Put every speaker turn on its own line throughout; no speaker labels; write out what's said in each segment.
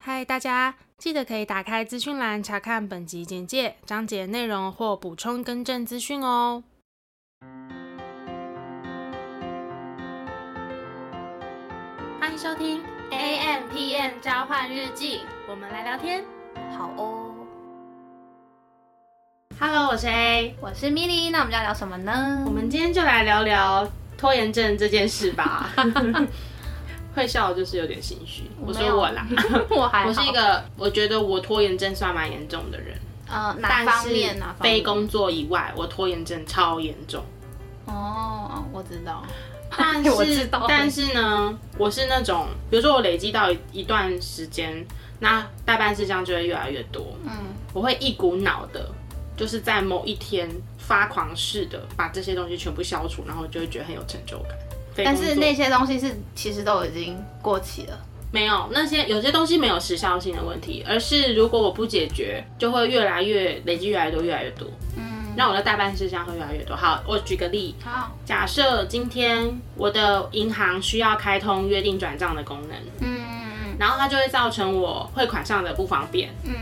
嗨，大家记得可以打开资讯栏查看本集简介、章节内容或补充更正资讯哦。欢迎收听 A M P M 交换日记，我们来聊天。
好哦，
Hello，我是 A，
我是米莉，那我们要聊什么呢？
我们今天就来聊聊拖延症这件事 吧。会笑就是有点心虚，我
没
说
有
我 啦，
我还好
我是一个我觉得我拖延症算蛮严重的人，
呃哪
但
方
是
面哪方面
非工作以外，我拖延症超严重。
哦，我知道，
但
我知
是
道
但是呢，我是那种，比如说我累积到一一段时间，那代办事项就会越来越多，
嗯，
我会一股脑的，就是在某一天发狂式的把这些东西全部消除，然后就会觉得很有成就感。非
但
工
是
作
那些东西是其实都已经过期了，
没有那些有些东西没有时效性的问题，而是如果我不解决，就会越来越累积越来越多越来越多，
嗯，
那我的代办事项会越来越多。好，我举个例，
好，
假设今天我的银行需要开通约定转账的功能，
嗯
然后它就会造成我汇款上的不方便，
嗯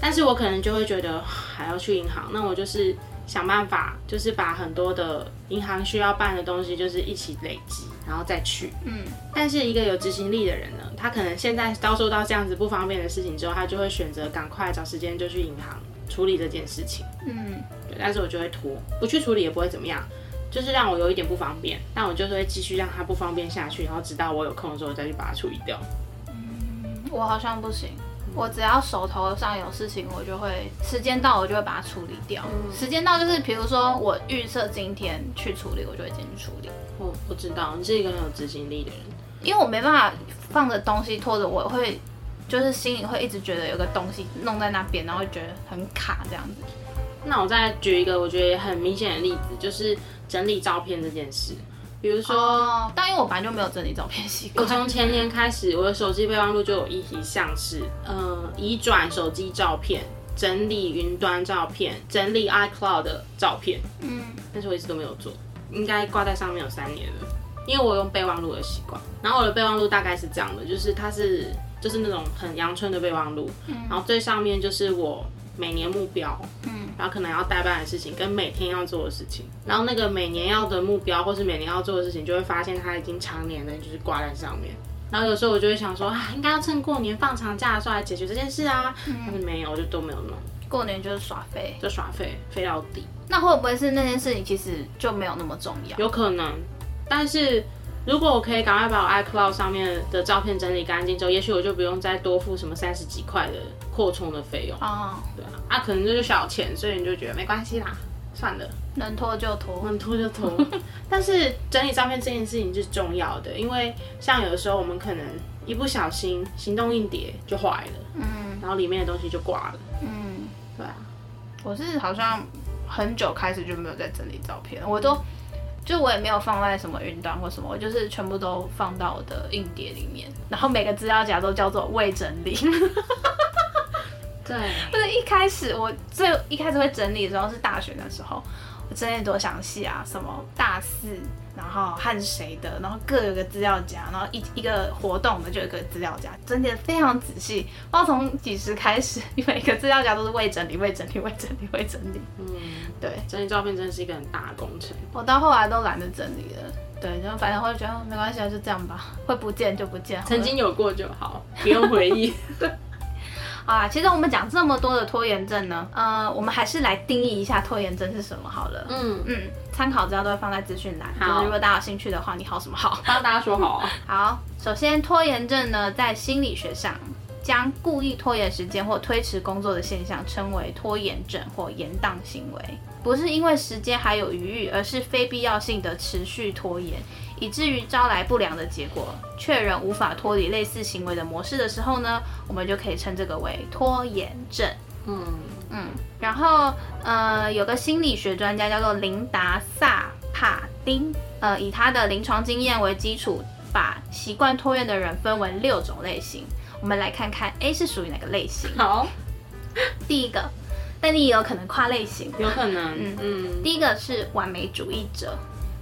但是我可能就会觉得 还要去银行，那我就是想办法，就是把很多的银行需要办的东西就是一起累积，然后再去。
嗯，
但是一个有执行力的人呢，他可能现在遭受到这样子不方便的事情之后，他就会选择赶快找时间就去银行处理这件事情。
嗯
对，但是我就会拖，不去处理也不会怎么样，就是让我有一点不方便，但我就是会继续让它不方便下去，然后直到我有空的时候再去把它处理掉。
嗯，我好像不行。我只要手头上有事情，我就会时间到，我就会把它处理掉。
嗯
时间到就是，比如说我预设今天去处理，我就会今天去处理。
我哦我知道你是一个很有执行力的人，
因为我没办法放着东西拖着，我会就是心里会一直觉得有个东西弄在那边，然后觉得很卡这样子。
那我再举一个我觉得也很明显的例子，就是整理照片这件事，比如说。
哦，但因为我本来就没有整理照片习
我
惯，
从前年开始，我的手机备忘录就有一题像是，呃，移转手机照片、整理云端照片、整理 iCloud 的照片，
嗯，
但是我一直都没有做，应该挂在上面有三年了，因为我用备忘录的习惯。然后我的备忘录大概是这样的，就是它是就是那种很阳春的备忘录，
嗯
然后最上面就是我每年目标，嗯，然后可能要代办的事情跟每天要做的事情，然后那个每年要的目标或是每年要做的事情，就会发现它已经常年的就是挂在上面。然后有时候我就会想说，啊，应该要趁过年放长假的时候来解决这件事啊，但是没有，我就都没有弄，
过年就是耍飞。
就耍废，废到底。
那会不会是那件事情其实就没有那么重要？
有可能，但是如果我可以赶快把我 iCloud 上面的照片整理干净之后，也许我就不用再多付什么三十几块的扩充的费用，
哦，
对啊，啊，可能就是小钱，所以你就觉得没关系啦，算了，
能拖就拖。
能拖就 拖。但是整理照片这件事情是重要的，因为像有的时候我们可能一不小心行动硬碟就坏了，
嗯
然后里面的东西就挂了，
嗯，
对啊，
我是好像很久开始就没有在整理照片了，我都。就我也没有放在什么云端或什么，我就是全部都放到我的硬碟里面，然后每个资料夹都叫做未整理。
对，
不是一开始我最一开始会整理的时候是大学的时候，我整理多详细啊，什么大四，然后和谁的，然后各有个资料夹，然后一一个活动的就有一个资料夹，整理的非常仔细。不知道从几时开始，每个资料夹都是未整理、未整理、未整理、未整理。
嗯，
对
整理照片真的是一个很大的工程。
我到后来都懒得整理了。对，然后反正会觉得哦没关系啊，就这样吧，会不见就不见好了。
曾经有过就好，不用回忆。
好啦，其实我们讲这么多的拖延症呢，呃，我们还是来定义一下拖延症是什么好了。
嗯，
嗯，参考资料都会放在资讯栏，
好
就是如果大家有兴趣的话，你好什么好？
帮大家说好啊。
好，首先拖延症呢，在心理学上将故意拖延时间或推迟工作的现象称为拖延症或延宕行为，不是因为时间还有余裕，而是非必要性的持续拖延，以至于招来不良的结果，却仍无法脱离类似行为的模式的时候呢，我们就可以称这个为拖延症。
嗯
嗯，然后呃，有个心理学专家叫做琳达·萨帕丁，呃，以他的临床经验为基础，把习惯拖延的人分为六种类型。我们来看看 A 是属于哪个类型。
好，
第一个，但你也有可能跨类型。
有可能，嗯
第一个是完美主义者，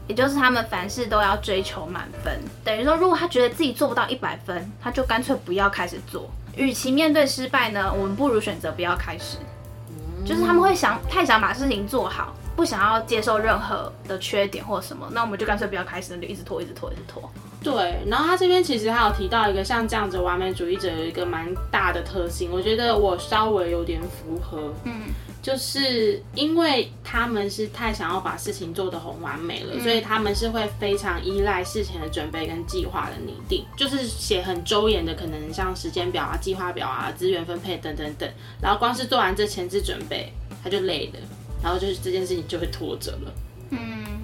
也就是他们凡事都要追求满分，等于说如果他觉得自己做不到一百分，他就干脆不要开始做。与其面对失败呢，我们不如选择不要开始。就是他们会想太想把事情做好，不想要接受任何的缺点或什么，那我们就干脆不要开始，那就一直拖，一直拖，一直拖。
对，然后他这边其实还有提到一个像这样子完美主义者有一个蛮大的特性，我觉得我稍微有点符合，嗯，就是因为他们是太想要把事情做得很完美了，所以他们是会非常依赖事前的准备跟计划的拟定，就是写很周延的，可能像时间表啊、计划表啊、资源分配等等等，然后光是做完这前置准备，他就累了，然后就是这件事情就会拖着了，
嗯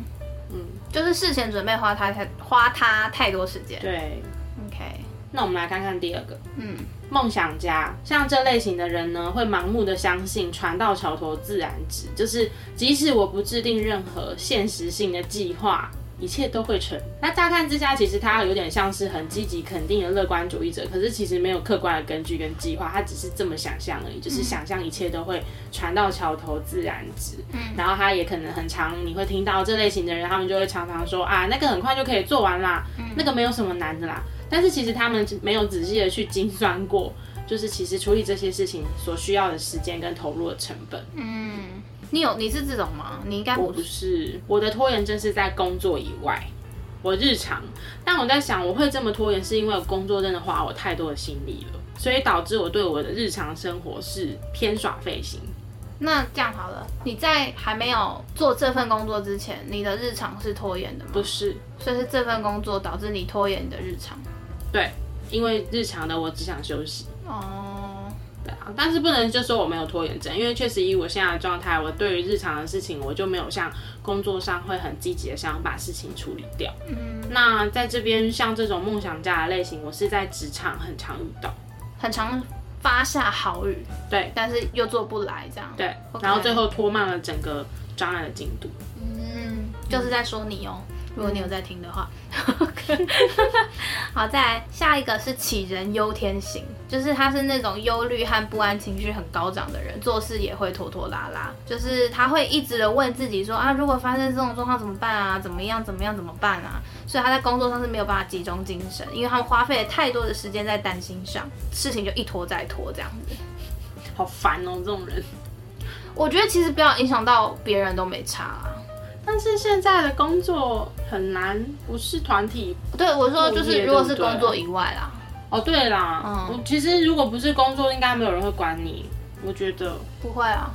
嗯，就是事前准备花他太花他太多时间。
对，
OK，
那我们来看看第二个。
嗯，
梦想家，像这类型的人呢，会盲目的相信“船到桥头自然直”，就是即使我不制定任何现实性的计划，一切都会成。那乍看之下，其实他有点像是很积极肯定的乐观主义者，可是其实没有客观的根据跟计划，他只是这么想象而已，就是想象一切都会船到桥头自然直。嗯，然后他也可能很常你会听到这类型的人，他们就会常常说啊，那个很快就可以做完啦，那个没有什么难的啦。但是其实他们没有仔细的去精算过，就是其实处理这些事情所需要的时间跟投入的成本。
你有你是这种吗？你应该
我
不
不
是。
是我的拖延症是在工作以外，我日常。但我在想，我会这么拖延，是因为我工作真的花我太多的心力了，所以导致我对我的日常生活是偏耍废型。
那这样好了，你在还没有做这份工作之前，你的日常是拖延的吗？
不是，
所以是这份工作导致你拖延你的日常。
对，因为日常的我只想休息。
哦，
对啊，但是不能就说我没有拖延症，因为确实以我现在的状态，我对于日常的事情，我就没有像工作上会很积极的想要把事情处理掉。嗯，那在这边像这种梦想家的类型，我是在职场很常遇到。
很常发下好语，
对，
但是又做不来这样。
对
OK
然后最后拖慢了整个专案的进度。
嗯，就是在说你
嗯
哦，如果你有在听的话。 好，再来下一个是杞人忧天型，就是他是那种忧虑和不安情绪很高涨的人，做事也会拖拖拉拉，就是他会一直的问自己说啊，如果发生这种状况怎么办啊？怎么样？怎么样？怎么办啊？所以他在工作上是没有办法集中精神，因为他们花费了太多的时间在担心上，事情就一拖再拖这样子。
好烦哦，这种人。
我觉得其实不要影响到别人都没差啊。
但是现在的工作很难，不是团体
对我说就
副业
是，如果
对
是
不对啊
工作以外啦，
哦。对啦，
嗯
我其实如果不是工作，应该没有人会管你。我觉得
不会啊，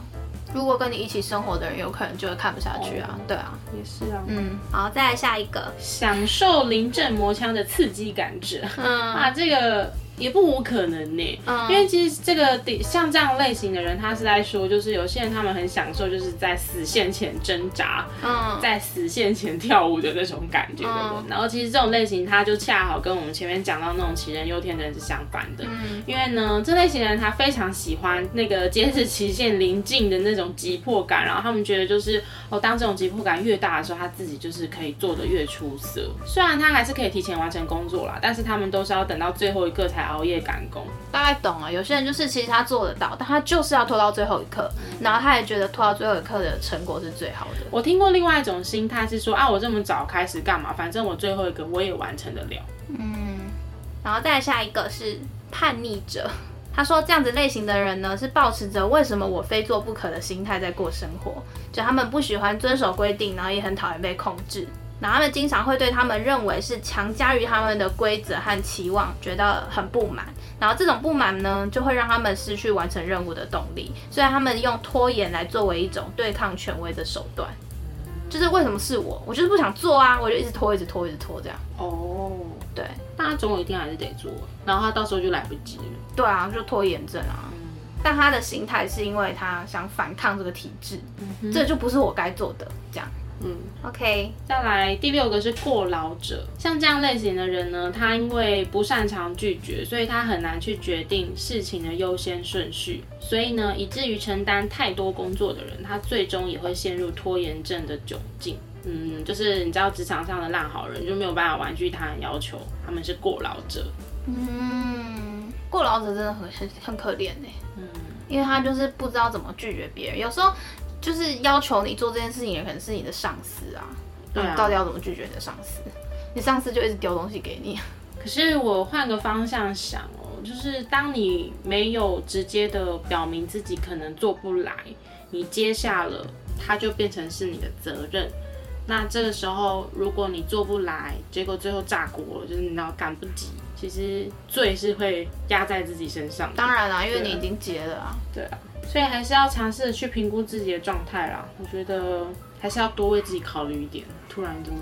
如果跟你一起生活的人，有可能就会看不下去
哦
啊。对啊，
也是啊，
嗯，好，再来下一个，
享受临阵磨枪的刺激感觉。
嗯
啊，这个也不无可能呢、
嗯
因为其实这个底像这样类型的人，他是在说，就是有些人他们很享受，就是在死线前挣扎，
嗯，
在死线前跳舞的那种感觉的人。
嗯
然后其实这种类型，他就恰好跟我们前面讲到那种杞人忧天的人是相反的。
嗯
因为呢，这类型的人他非常喜欢那个截止期限临近的那种急迫感，然后他们觉得就是哦，当这种急迫感越大的时候，他自己就是可以做的越出色。虽然他还是可以提前完成工作啦，但是他们都是要等到最后一个才熬夜赶工。
大概懂了。有些人就是其实他做得到，但他就是要拖到最后一刻，
嗯
然后他也觉得拖到最后一刻的成果是最好的。
我听过另外一种心态是说啊，我这么早开始干嘛？反正我最后一个我也完成得了。
然后再来下一个是叛逆者。 他说，这样子类型的人呢，是保持着为什么我非做不可的心态在过生活，就他们不喜欢遵守规定，然后也很讨厌被控制，然后他们经常会对他们认为是强加于他们的规则和期望觉得很不满，然后这种不满呢，就会让他们失去完成任务的动力，所以他们用拖延来作为一种对抗权威的手段，就是为什么是我，我就是不想做啊，我就一直拖，一直拖，一直拖这样，
哦，
对。
但他总有一天还是得做，然后他到时候就来不及了。
对啊，就拖延症啊。但他的心态是因为他想反抗这个体制，这就不是我该做的，这样。
嗯。
OK，
再来第六个是过劳者，像这样类型的人呢，他因为不擅长拒绝，所以他很难去决定事情的优先顺序，所以呢，以至于承担太多工作的人，他最终也会陷入拖延症的窘境。嗯，就是你知道职场上的烂好人就没有办法婉拒他人要求，他们是过劳者。
嗯，过劳者真的很很很可怜呢、嗯，因为他就是不知道怎么拒绝别人，有时候就是要求你做这件事情，也可能是你的上司啊。对
啊
到底要怎么拒绝你的上司？你上司就一直丢东西给你。
可是我换个方向想哦，就是当你没有直接的表明自己可能做不来，你接下了，它就变成是你的责任。那这个时候，如果你做不来，结果最后炸锅了，就是你知道赶不及，其实罪是会压在自己身上的。
当然啦、因为你已经结了啊。
对啊，所以还是要尝试去评估自己的状态啦。我觉得还是要多为自己考虑一点。突然这么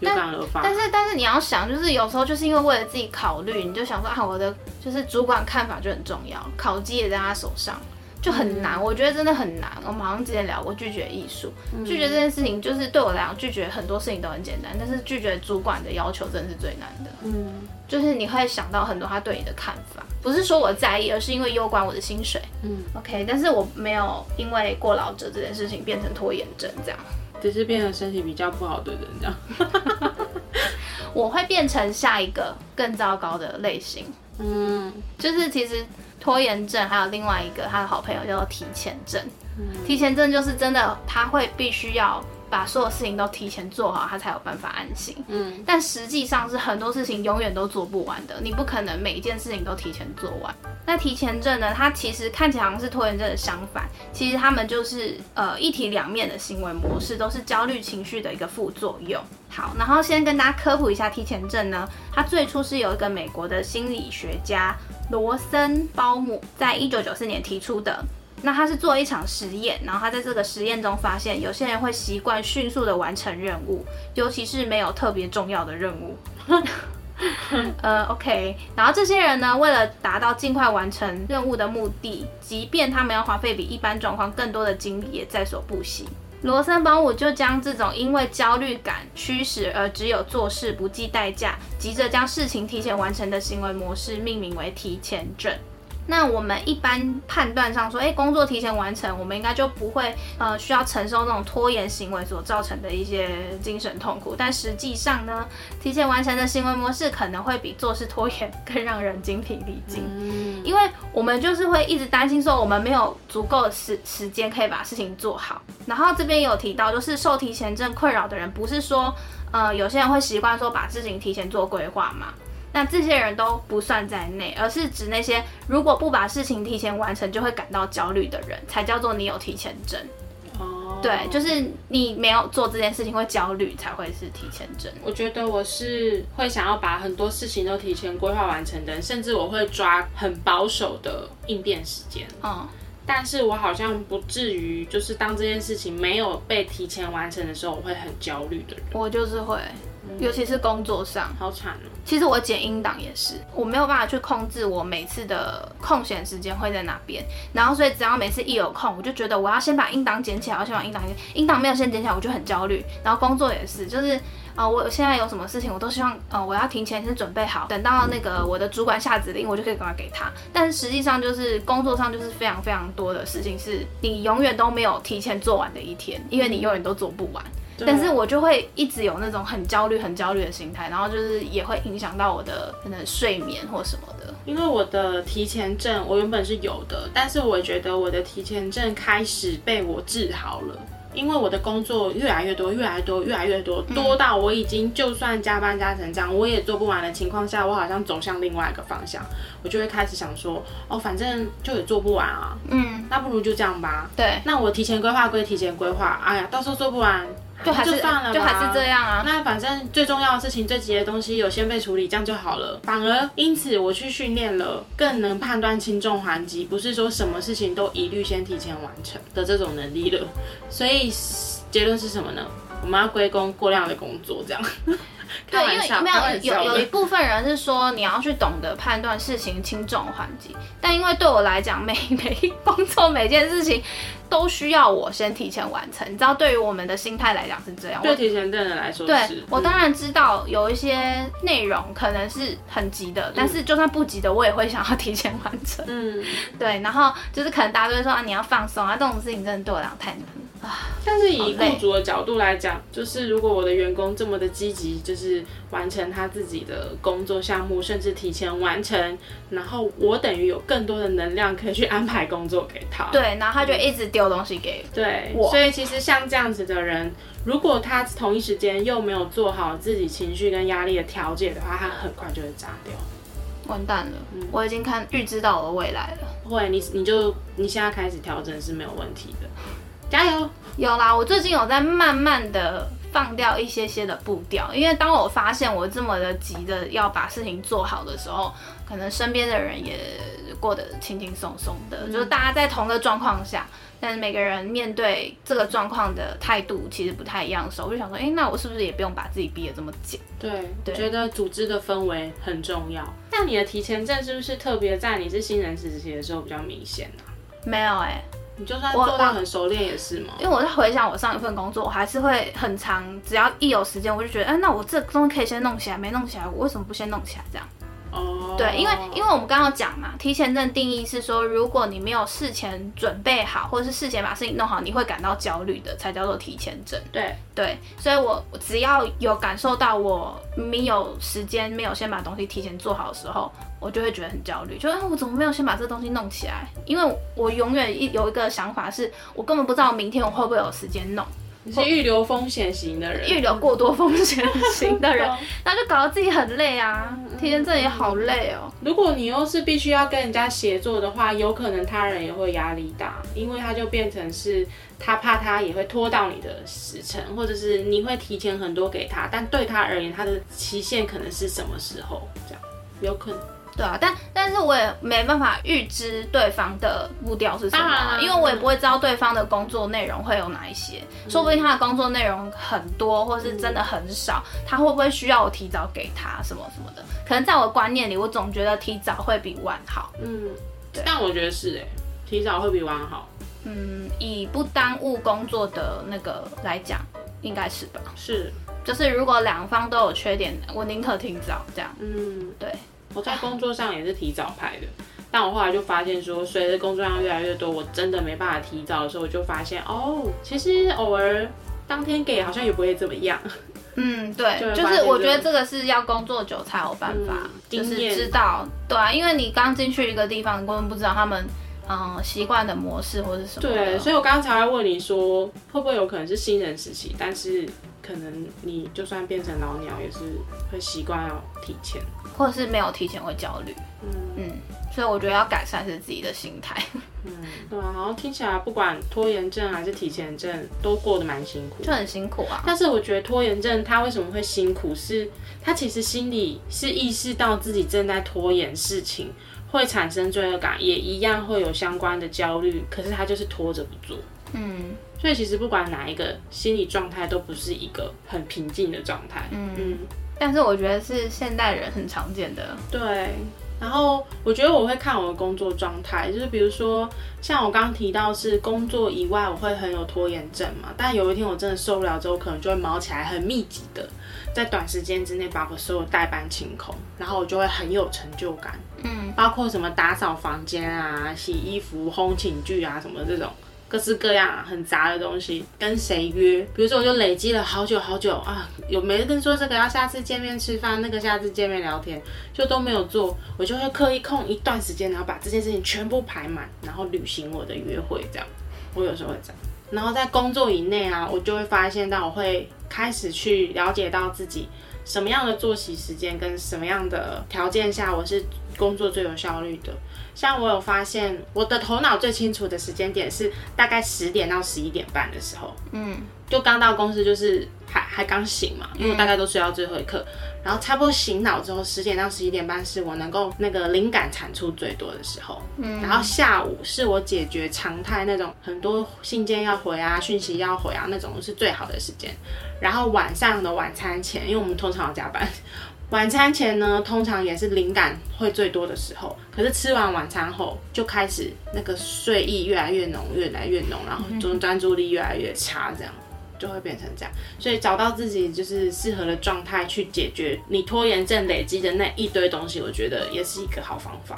有感而发，
但是但是你要想，就是有时候就是因为为了自己考虑，你就想说啊，我的就是主管看法就很重要，考绩也在他手上，就很难。
嗯
我觉得真的很难。我们好像之前聊过拒绝艺术，拒绝这件事情，就是对我来讲，拒绝很多事情都很简单，但是拒绝主管的要求真的是最难的。
嗯
就是你会想到很多他对你的看法，不是说我在意，而是因为攸关我的薪水。
嗯，
OK，但是我没有因为过劳者这件事情变成拖延症这样。
只是变成身体比较不好的人这样。
我会变成下一个更糟糕的类型。
嗯，
就是其实拖延症还有另外一个他的好朋友叫做提前症。
嗯
提前症就是真的他会必须要把所有事情都提前做好，他才有办法安心。
嗯，
但实际上是很多事情永远都做不完的，你不可能每一件事情都提前做完。那提前症呢？它其实看起来好像是拖延症的相反，其实他们就是呃一体两面的行为模式，都是焦虑情绪的一个副作用。好，然后先跟大家科普一下提前症呢，它最初是由一个美国的心理学家罗森鲍姆在一九九四年提出的。那他是做一场实验，然后他在这个实验中发现，有些人会习惯迅速的完成任务，尤其是没有特别重要的任务。 呃，OK，然后这些人呢，为了达到尽快完成任务的目的，即便他们要花费比一般状况更多的精力，也在所不惜。罗森堡姆就将这种因为焦虑感驱使而只有做事不计代价，急着将事情提前完成的行为模式命名为提前症。那我们一般判断上说，哎、工作提前完成，我们应该就不会呃需要承受那种拖延行为所造成的一些精神痛苦。但实际上呢，提前完成的行为模式可能会比做事拖延更让人精疲力尽。
嗯
因为我们就是会一直担心说我们没有足够的时时间可以把事情做好。然后这边有提到，就是受提前症困扰的人，不是说呃有些人会习惯说把事情提前做规划嘛，那这些人都不算在内，而是指那些如果不把事情提前完成就会感到焦虑的人，才叫做你有提前症。
哦，
对，就是你没有做这件事情会焦虑，才会是提前症。
我觉得我是会想要把很多事情都提前规划完成的人，甚至我会抓很保守的应变时间。
嗯，
但是我好像不至于，就是当这件事情没有被提前完成的时候，我会很焦虑的人，
我就是会，尤其是工作上。
好惨哦。
其实我剪音档也是，我没有办法去控制我每次的空闲时间会在哪边，然后所以只要每次一有空，我就觉得我要先把音档剪起来，我要先把音档剪，音档没有先剪起来，我就很焦虑。然后工作也是，就是啊、呃我现在有什么事情，我都希望呃，我要提前先准备好，等到那个我的主管下指令，我就可以赶快给他。但是实际上就是工作上就是非常非常多的事情，是你永远都没有提前做完的一天，因为你永远都做不完。
对
但是我就会一直有那种很焦虑、很焦虑的心态，然后就是也会影响到我的可能睡眠或什么的。
因为我的提前症，我原本是有的，但是我觉得我的提前症开始被我治好了。因为我的工作越来越多，越来越多，越来越多，
嗯
多到我已经就算加班加成这样，我也做不完的情况下，我好像走向另外一个方向，我就会开始想说，哦，反正就也做不完啊，
嗯，
那不如就这样吧。
对，
那我提前规划归提前规划，哎呀，到时候做不完，
就还是
就算了吧
就还是这样啊。
那反正最重要的事情、最急的东西有先被处理，这样就好了。反而因此我去训练了，更能判断轻重缓急，不是说什么事情都一律先提前完成的这种能力了。所以结论是什么呢？我们要归功过量的工作，这样。
对，
开
因
玩笑
为没
开玩
有
笑
有有
的
一部分人是说你要去懂得判断事情轻重缓急，但因为对我来讲， 每每一工作每件事情都需要我先提前完成。你知道，对于我们的心态来讲是这样。我
对提前症人来说
对
是，
我当然知道有一些内容可能是很急的，但是就算不急的，我也会想要提前完成。
嗯，
对，然后就是可能大家都会说啊，你要放松啊，这种事情真的对我来讲太难了。
但是以
好累
雇主的角度来讲，就是如果我的员工这么的积极，就是完成他自己的工作项目，甚至提前完成，然后我等于有更多的能量可以去安排工作给他。
对，然后他就一直丢东西给
对
我
所以其实像这样子的人，如果他同一时间又没有做好自己情绪跟压力的调节的话，他很快就会炸掉。
我，完蛋了，我已经看预知到我的未来了。
会，你你就你现在开始调整是没有问题的，加油！
有啦，我最近有在慢慢的放掉一些些的步调，因为当我发现我这么的急着要把事情做好的时候，可能身边的人也过得轻轻松松的，就是大家在同个状况下，但是每个人面对这个状况的态度其实不太一样的时候，我就想说，哎、那我是不是也不用把自己逼得这么紧？
对，我觉得组织的氛围很重要。那你的提前证是不是特别在你是新人时期的时候比较明显呢、
没有哎、
你就算做到很熟练也是吗？
因为我在回想我上一份工作，我还是会很长，只要一有时间，我就觉得，哎、那我这个东西可以先弄起来，没弄起来，我为什么不先弄起来？这样。
哦，
对，因为因为我们刚刚有讲嘛，提前证定义是说，如果你没有事前准备好，或者是事前把事情弄好，你会感到焦虑的，才叫做提前证。
对，
对，所以我只要有感受到哎我没有时间，没有先把东西提前做好的时候，我就会觉得很焦虑，就是、啊我怎么没有先把这东西弄起来？因为我永远一有一个想法是，我根本不知道明天我会不会有时间弄，
你是预留风险型的人，
预留过多风险型 的人，那就搞得自己很累啊，
嗯
提前证也好累哦。
如果你又是必须要跟人家协作的话，有可能他人也会压力大，因为他就变成是他怕他也会拖到你的时辰，或者是你会提前很多给他，但对他而言，他的期限可能是什么时候？这样有可能。
对啊，但但是我也没办法预知对方的步调是什么
当然
啊、
啊
因为我也不会知道对方的工作内容会有哪一些，
嗯
说不定他的工作内容很多，或是真的很少，他会不会需要我提早给他什么什么的？可能在我的观念里，我总觉得提早会比晚好。
嗯，但我觉得是哎、提早会比晚好。
嗯，以不耽误工作的那个来讲，应该哦是吧？
是，
就是如果两方都有缺点，我宁可提早这样。
嗯，
对，
我在工作上也是提早派的，但我后来就发现说，随着工作量越来越多，我真的没办法提早的时候，我就发现哦，其实偶尔当天给好像也不会怎么样。
嗯，对，
就会
就
发
是
现
我
这
觉得
个
这个是要工作久才有办法，
嗯
就
经
是
验
知道，对啊，因为你刚进去一个地方，你根本不知道他们嗯习惯的模式或是什么的。
对，所以我刚才会问你说，会不会有可能是新人时期，但是可能你就算变成老鸟，也是会习惯要提前。
或者是没有提前会焦虑，
嗯
嗯，所以我觉得要改善是自己的心态。
嗯，对啊，好像听起来不管拖延症还是提前症，都过得蛮辛苦的
就很辛苦啊。
但是我觉得拖延症他为什么会辛苦是，他其实心里是意识到自己正在拖延事情，会产生罪恶感，也一样会有相关的焦虑，可是他就是拖着不做。
嗯，
所以其实不管哪一个心理状态，都不是一个很平静的状态。嗯嗯，
但是我觉得是现代人很常见的，
对。然后我觉得我会看我的工作状态，就是比如说像我刚刚提到是工作以外，我会很有拖延症嘛。但有一天我真的受不了之后，我可能就会毛起来，很密集的在短时间之内把我所有代班清空，然后我就会很有成就感。
嗯，
包括什么打扫房间啊、洗衣服、烘寝具啊什么这种。各式各样、啊、很杂的东西，跟谁约？比如说，我就累积了好久好久啊，有没跟说这个要下次见面吃饭，那个下次见面聊天，就都没有做，我就会刻意空一段时间，然后把这件事情全部排满，然后履行我的约会，这样。我有时候会这样。然后在工作以内啊，我就会发现到，我会开始去了解到自己什么样的作息时间跟什么样的条件下，我是工作最有效率的。像我有发现，我的头脑最清楚的时间点是大概十点到十一点半的时候。
嗯，
就刚到公司，就是还还刚醒嘛，嗯因为我大概都睡到最后一刻，然后差不多醒脑之后，十点到十一点半是我能够那个灵感产出最多的时候，嗯，然后下午是我解决常态那种很多信件要回啊、讯息要回啊那种是最好的时间，然后晚上的晚餐前，因为我们通常要加班。 晚餐前呢，通常也是灵感会最多的时候。可是吃完晚餐后，就开始那个睡意越来越浓，越来越浓，然后专专注力越来越差，这样就会变成这样。所以找到自己就是适合的状态去解决你拖延症累积的那一堆东西，我觉得也是一个好方法。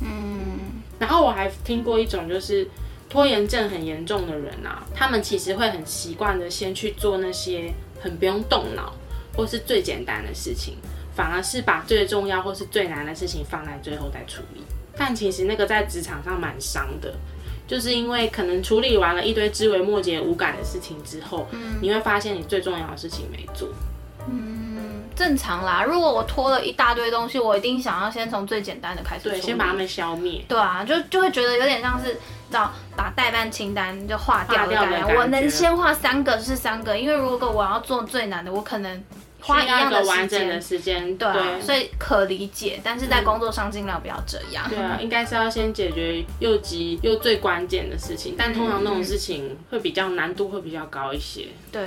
嗯，然后我还听过一种就是。拖延症很严重的人啊，他们其实会很习惯的先去做那些很不用动脑或是最简单的事情，反而是把最重要或是最难的事情放在最后再处理。但其实那个在职场上蛮伤的，就是因为可能处理完了一堆枝微末节无感的事情之后，你会发现你最重要的事情没做。
嗯，正常啦。如果我拖了一大堆东西，我一定想要先从最简单的开始处
对，
理，
先把它们消灭。
对啊，就就会觉得有点像是找把代办清单就划掉
划
的
掉的
感觉。
感觉
我能先划三个是三个，因为如果我要做最难的，我可能花
需
一
要
样
个
时
完整的
间。
时间，嗯
对啊，所
以
以可理解，但是在工作上尽量不要这样。
对啊，应该是要先解决又急又最关键的事情，但通常那
嗯
种事情会比较难度会比较高一些。
对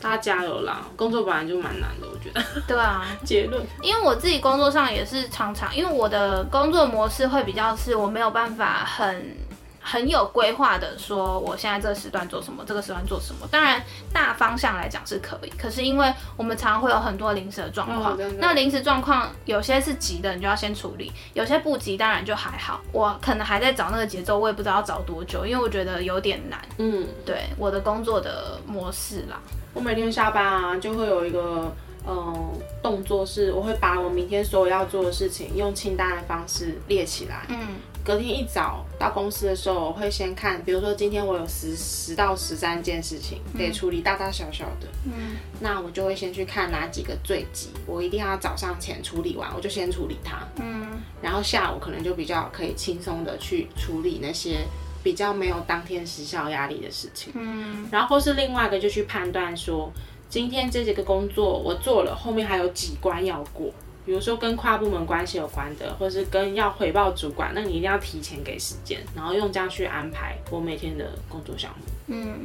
大家加油啦，工作本来就蛮难的，我觉得。
对啊，
结论
因为我自己工作上也是常常，因为我的工作模式会比较是我没有办法很很有规划的说我现在这个时段做什么，这个时段做什么。当然大方向来讲是可以，可是因为我们常常会有很多临时的状况，
哦真的
那临时状况有些是急的，你就要先处理；有些不急，当然就还好。我可能还在找那个节奏，我也不知道要找多久，因为我觉得有点难。
嗯，
对我的工作的模式啦，
我每天下班啊，就会有一个嗯、呃动作是，我会把我明天所有要做的事情用清单的方式列起来。
嗯，
隔天一早到公司的时候，我会先看，比如说今天我有十十到十三件事情得处理，大大小小的，
嗯，
那我就会先去看哪几个最急，我一定要早上前处理完，我就先处理它。
嗯，
然后下午可能就比较可以轻松的去处理那些比较没有当天时效压力的事情。嗯，然后或是另外一个就去判断说，今天这几个工作我做了，后面还有几关要过。比如说跟跨部门关系有关的，或是跟要回报主管，那你一定要提前给时间，然后用这样去安排我每天的工作 项目。
嗯，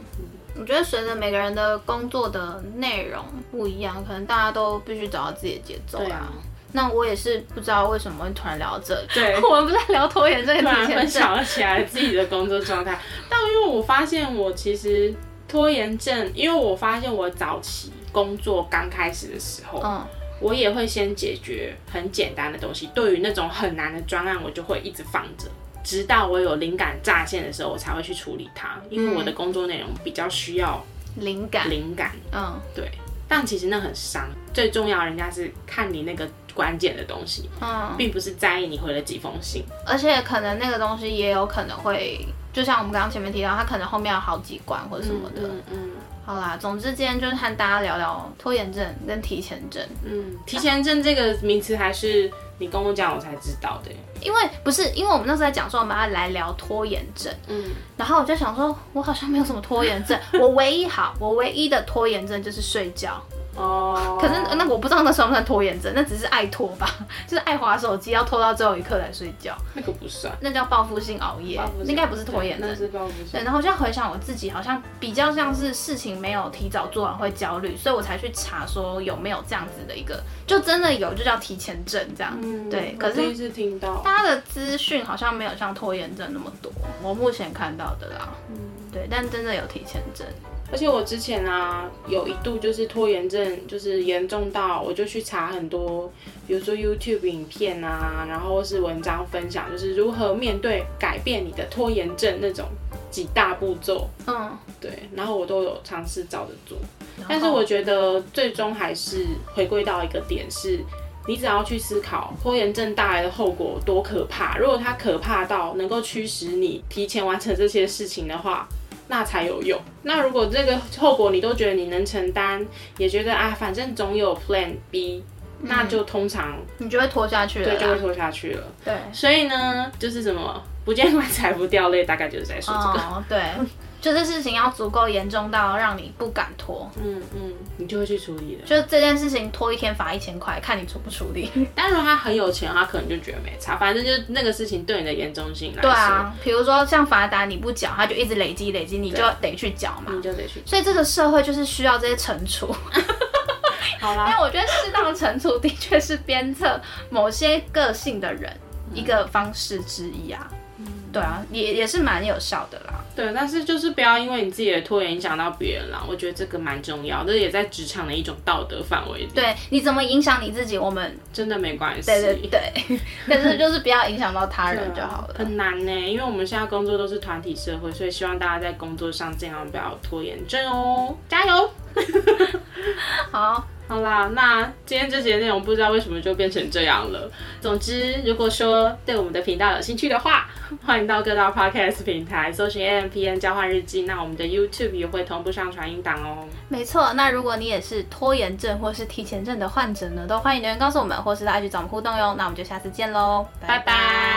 我觉得随着每个人的工作的内容不一样，可能大家都必须找到自己的节奏
对啊
那我也是不知道为什么会突然聊到这里，
对
我们不是在聊拖延症
突
跟提
然分
前症，
享了起来自己的工作状态。 但因为我发现我其实拖延症，因为我发现我早期工作刚开始的时候，
嗯
我也会先解决很简单的东西。对于那种很难的专案，我就会一直放着，直到我有灵感乍现的时候，我才会去处理它。因为我的工作内容比较需要
灵感，
灵感，
嗯
对。但其实那很伤，最重要人家是看你那个关键的东西，
嗯，
并不是在意你回了几封信。
而且可能那个东西也有可能会，就像我们刚刚前面提到，它可能后面有好几关或者什么的。
嗯嗯。
好啦，总之今天就是和大家聊聊拖延症跟提前症。
嗯，提前症这个名词还是你跟我讲我才知道的。
因为不是，因为我们那时候在讲说我们要来聊拖延症，
嗯，
然后我就想说，我好像没有什么拖延症，我唯一好，我唯一的拖延症就是睡觉。
哦，
可是呃那我不知道那算不算拖延症，那只是爱拖吧， 就是爱划手机，要拖到最后一刻才睡觉，
那个不算，
那叫报复性熬夜，应该不是拖延
那
症。
是报复性
对，。然后现在回想我自己，好像比较像是事情没有提早做完会焦虑，所以我才去查说有没有这样子的一个，就真的有，就叫提前症这样。
嗯
对，
我
可是
第一次听到。
大家的资讯好像没有像拖延症那么多，我目前看到的啦。
嗯
对，但真的有提前症。
而且我之前啊，有一度就是拖延症，就是严重到我就去查很多，比如说 YouTube 影片啊，然后是文章分享，就是如何面对改变你的拖延症那种几大步骤。
嗯，
对，然后我都有尝试照着做。但
但
是
是我
我觉得最终还是回归到一个点是，你只要去思考拖延症带来的后果多可怕。如果它可怕到能够驱使你提前完成这些事情的话，那才有用。那如果这个后果你都觉得你能承担，也觉得啊，反正总有 Plan B，那就通常
你就会拖下去了
对就会
啦。
拖下去了。
对，
所以呢，就是什么不见棺材不掉泪，大概就是在说这个。
哦，对， 就这事情要足够严重到让你不敢拖，
嗯嗯，你就会去处理了。
就这件事情拖一天罚一千块，看你处不 处理。
但如果他很有钱，他可能就觉得没差，反正就是那个事情对你的严重性来说，
对啊，比如说像罚单你不缴，他就一直累积累积，你就得去缴嘛
你。就得去。
所以这个社会就是需要这些惩处。
好啦，
但我觉得适当的惩处的确是鞭策某些个性的人一个方式之一啊。对啊，也也是蛮有效的啦。
对，但是就是不要因为你自己的拖延影响到别人啦，我觉得这个蛮重要，这也在职场的一种道德范围里，
对，你怎么影响你自己，我们
真的没关系。
对对 对，但是就是不要影响到他人就好了。
啊很难呢、因为我们现在工作都是团体社会，所以希望大家在工作上尽量不要有拖延症哦，加油！
好，
好啦，那今天这节内容不知道为什么就变成这样了。总之，如果说对我们的频道有兴趣的话， 欢迎到各大 podcast 平台搜寻 A M P N 交换日记。那我们的 YouTube 也会同步上传音档哦。
没错，那如果你也是拖延症或是提前症的患者呢，都欢迎留言告诉我们，或是来去找我们互动哟。那我们就下次见喽，
拜拜